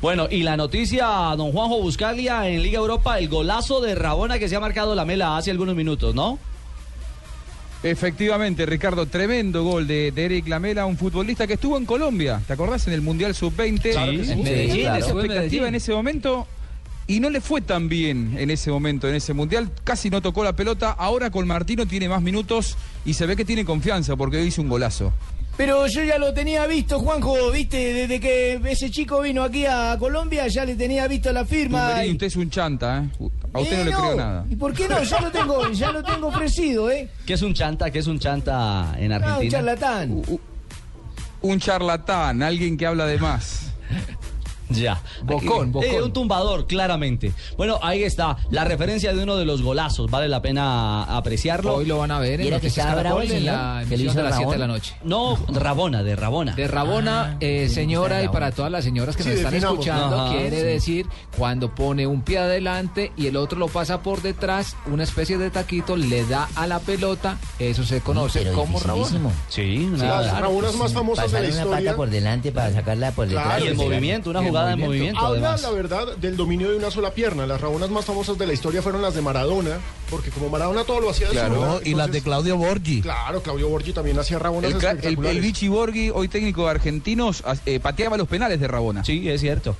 Bueno, y la noticia, don Juanjo Buscalia en Liga Europa, el golazo de Rabona que se ha marcado la mela hace algunos minutos, ¿no? Efectivamente, Ricardo, tremendo gol de, de Eric Lamela, un futbolista que estuvo en Colombia, ¿te acordás? En el Mundial Sub-20. Claro que sí. En Sí, Medellín, claro. esa Fue en Medellín. expectativa en ese momento. Y no le fue tan bien en ese momento, en ese mundial. Casi no tocó la pelota. Ahora con Martino tiene más minutos y se ve que tiene confianza porque hoy hizo un golazo. Pero yo ya lo tenía visto, Juanjo, viste, desde que ese chico vino aquí a Colombia, ya le tenía visto la firma. Tumberini, Y- usted es un chanta, ¿eh? A usted Eh, no le creo nada. ¿Y por qué no? Ya lo tengo, ya lo tengo ofrecido, ¿eh? Que es un chanta, que es un chanta en Ah, un Argentina. Uh, charlatán. Un charlatán, alguien que habla de más. Ya. Bocón, Eh, bocón. un tumbador, claramente. Bueno, ahí está. La referencia de uno de los golazos. Vale la pena apreciarlo. Hoy lo van a ver en Mira que Noticias estaba bravo el Caracol en señor, la que le emisión hizo de las Rabón. 7 de la noche. No, Rabona, de Rabona. De Rabona, Ah, eh, sí, señora, y Rabona. para todas las señoras que Sí, nos están definamos. escuchando, Ajá, quiere sí. decir cuando pone un pie adelante y el otro lo pasa por detrás, una especie de taquito le da a la pelota, eso se conoce Pero como Rabona. dificilísimo. Sí, Las nada. rabonas más famosas de Pasar la una historia. pata por delante para sacarla por detrás. Claro, Y el sí. movimiento, una Y el jugada en movimiento. movimiento. Habla, además. la verdad, del dominio de una sola pierna. Las rabonas más famosas de la historia fueron las de Maradona, porque como Maradona todo lo hacía de Claro, sola, y las de entonces- Claudio Borgi. Claro, Claudio Borgi también hacía rabonas El, cra- el, el espectaculares. Vichy Borghi, hoy técnico de Argentinos, as- eh, pateaba los penales de Rabona. Sí, es cierto.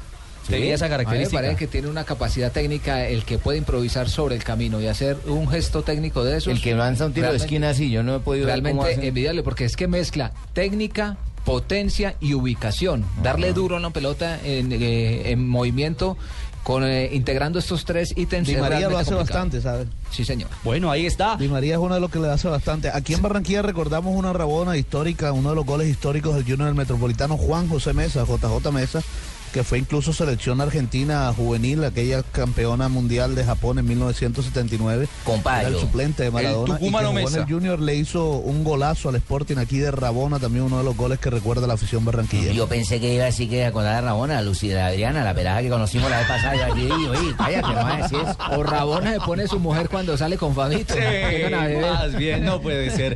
Tenía esa característica. A mí me parece que tiene una capacidad técnica el que puede improvisar sobre el camino y hacer un gesto técnico de esos. El que lanza un tiro de realmente- esquina así, yo no he podido ver cómo Realmente hacen. envidiable porque es que mezcla técnica, potencia y ubicación. Darle duro a una pelota en, eh, en movimiento con eh, integrando estos tres ítems. Di es María lo realmente hace complicado. bastante, ¿sabes? Sí, señor. Bueno, ahí está. Di María es uno de los que le hace bastante. Aquí en Barranquilla recordamos una rabona histórica, uno de los goles históricos del Junior del Metropolitano, Juan José Mesa, JJ Mesa, que fue incluso selección argentina juvenil, aquella campeona mundial de Japón en 1979. Compadre. Era el suplente de Maradona. El y que tucumano jugó en Mesa. el Junior le hizo un golazo al Sporting aquí de Rabona, también uno de los goles que recuerda la afición barranquillera. Yo pensé que iba a decir que acordaba a Rabona, a Lucía Adriana, la pelada que conocimos la vez pasada. Yo aquí digo, oye, cállate, no vas a decir eso. O Rabona se pone su mujer cuando sale con Fabito. Sí, Vengan a beber. más bien, no puede ser.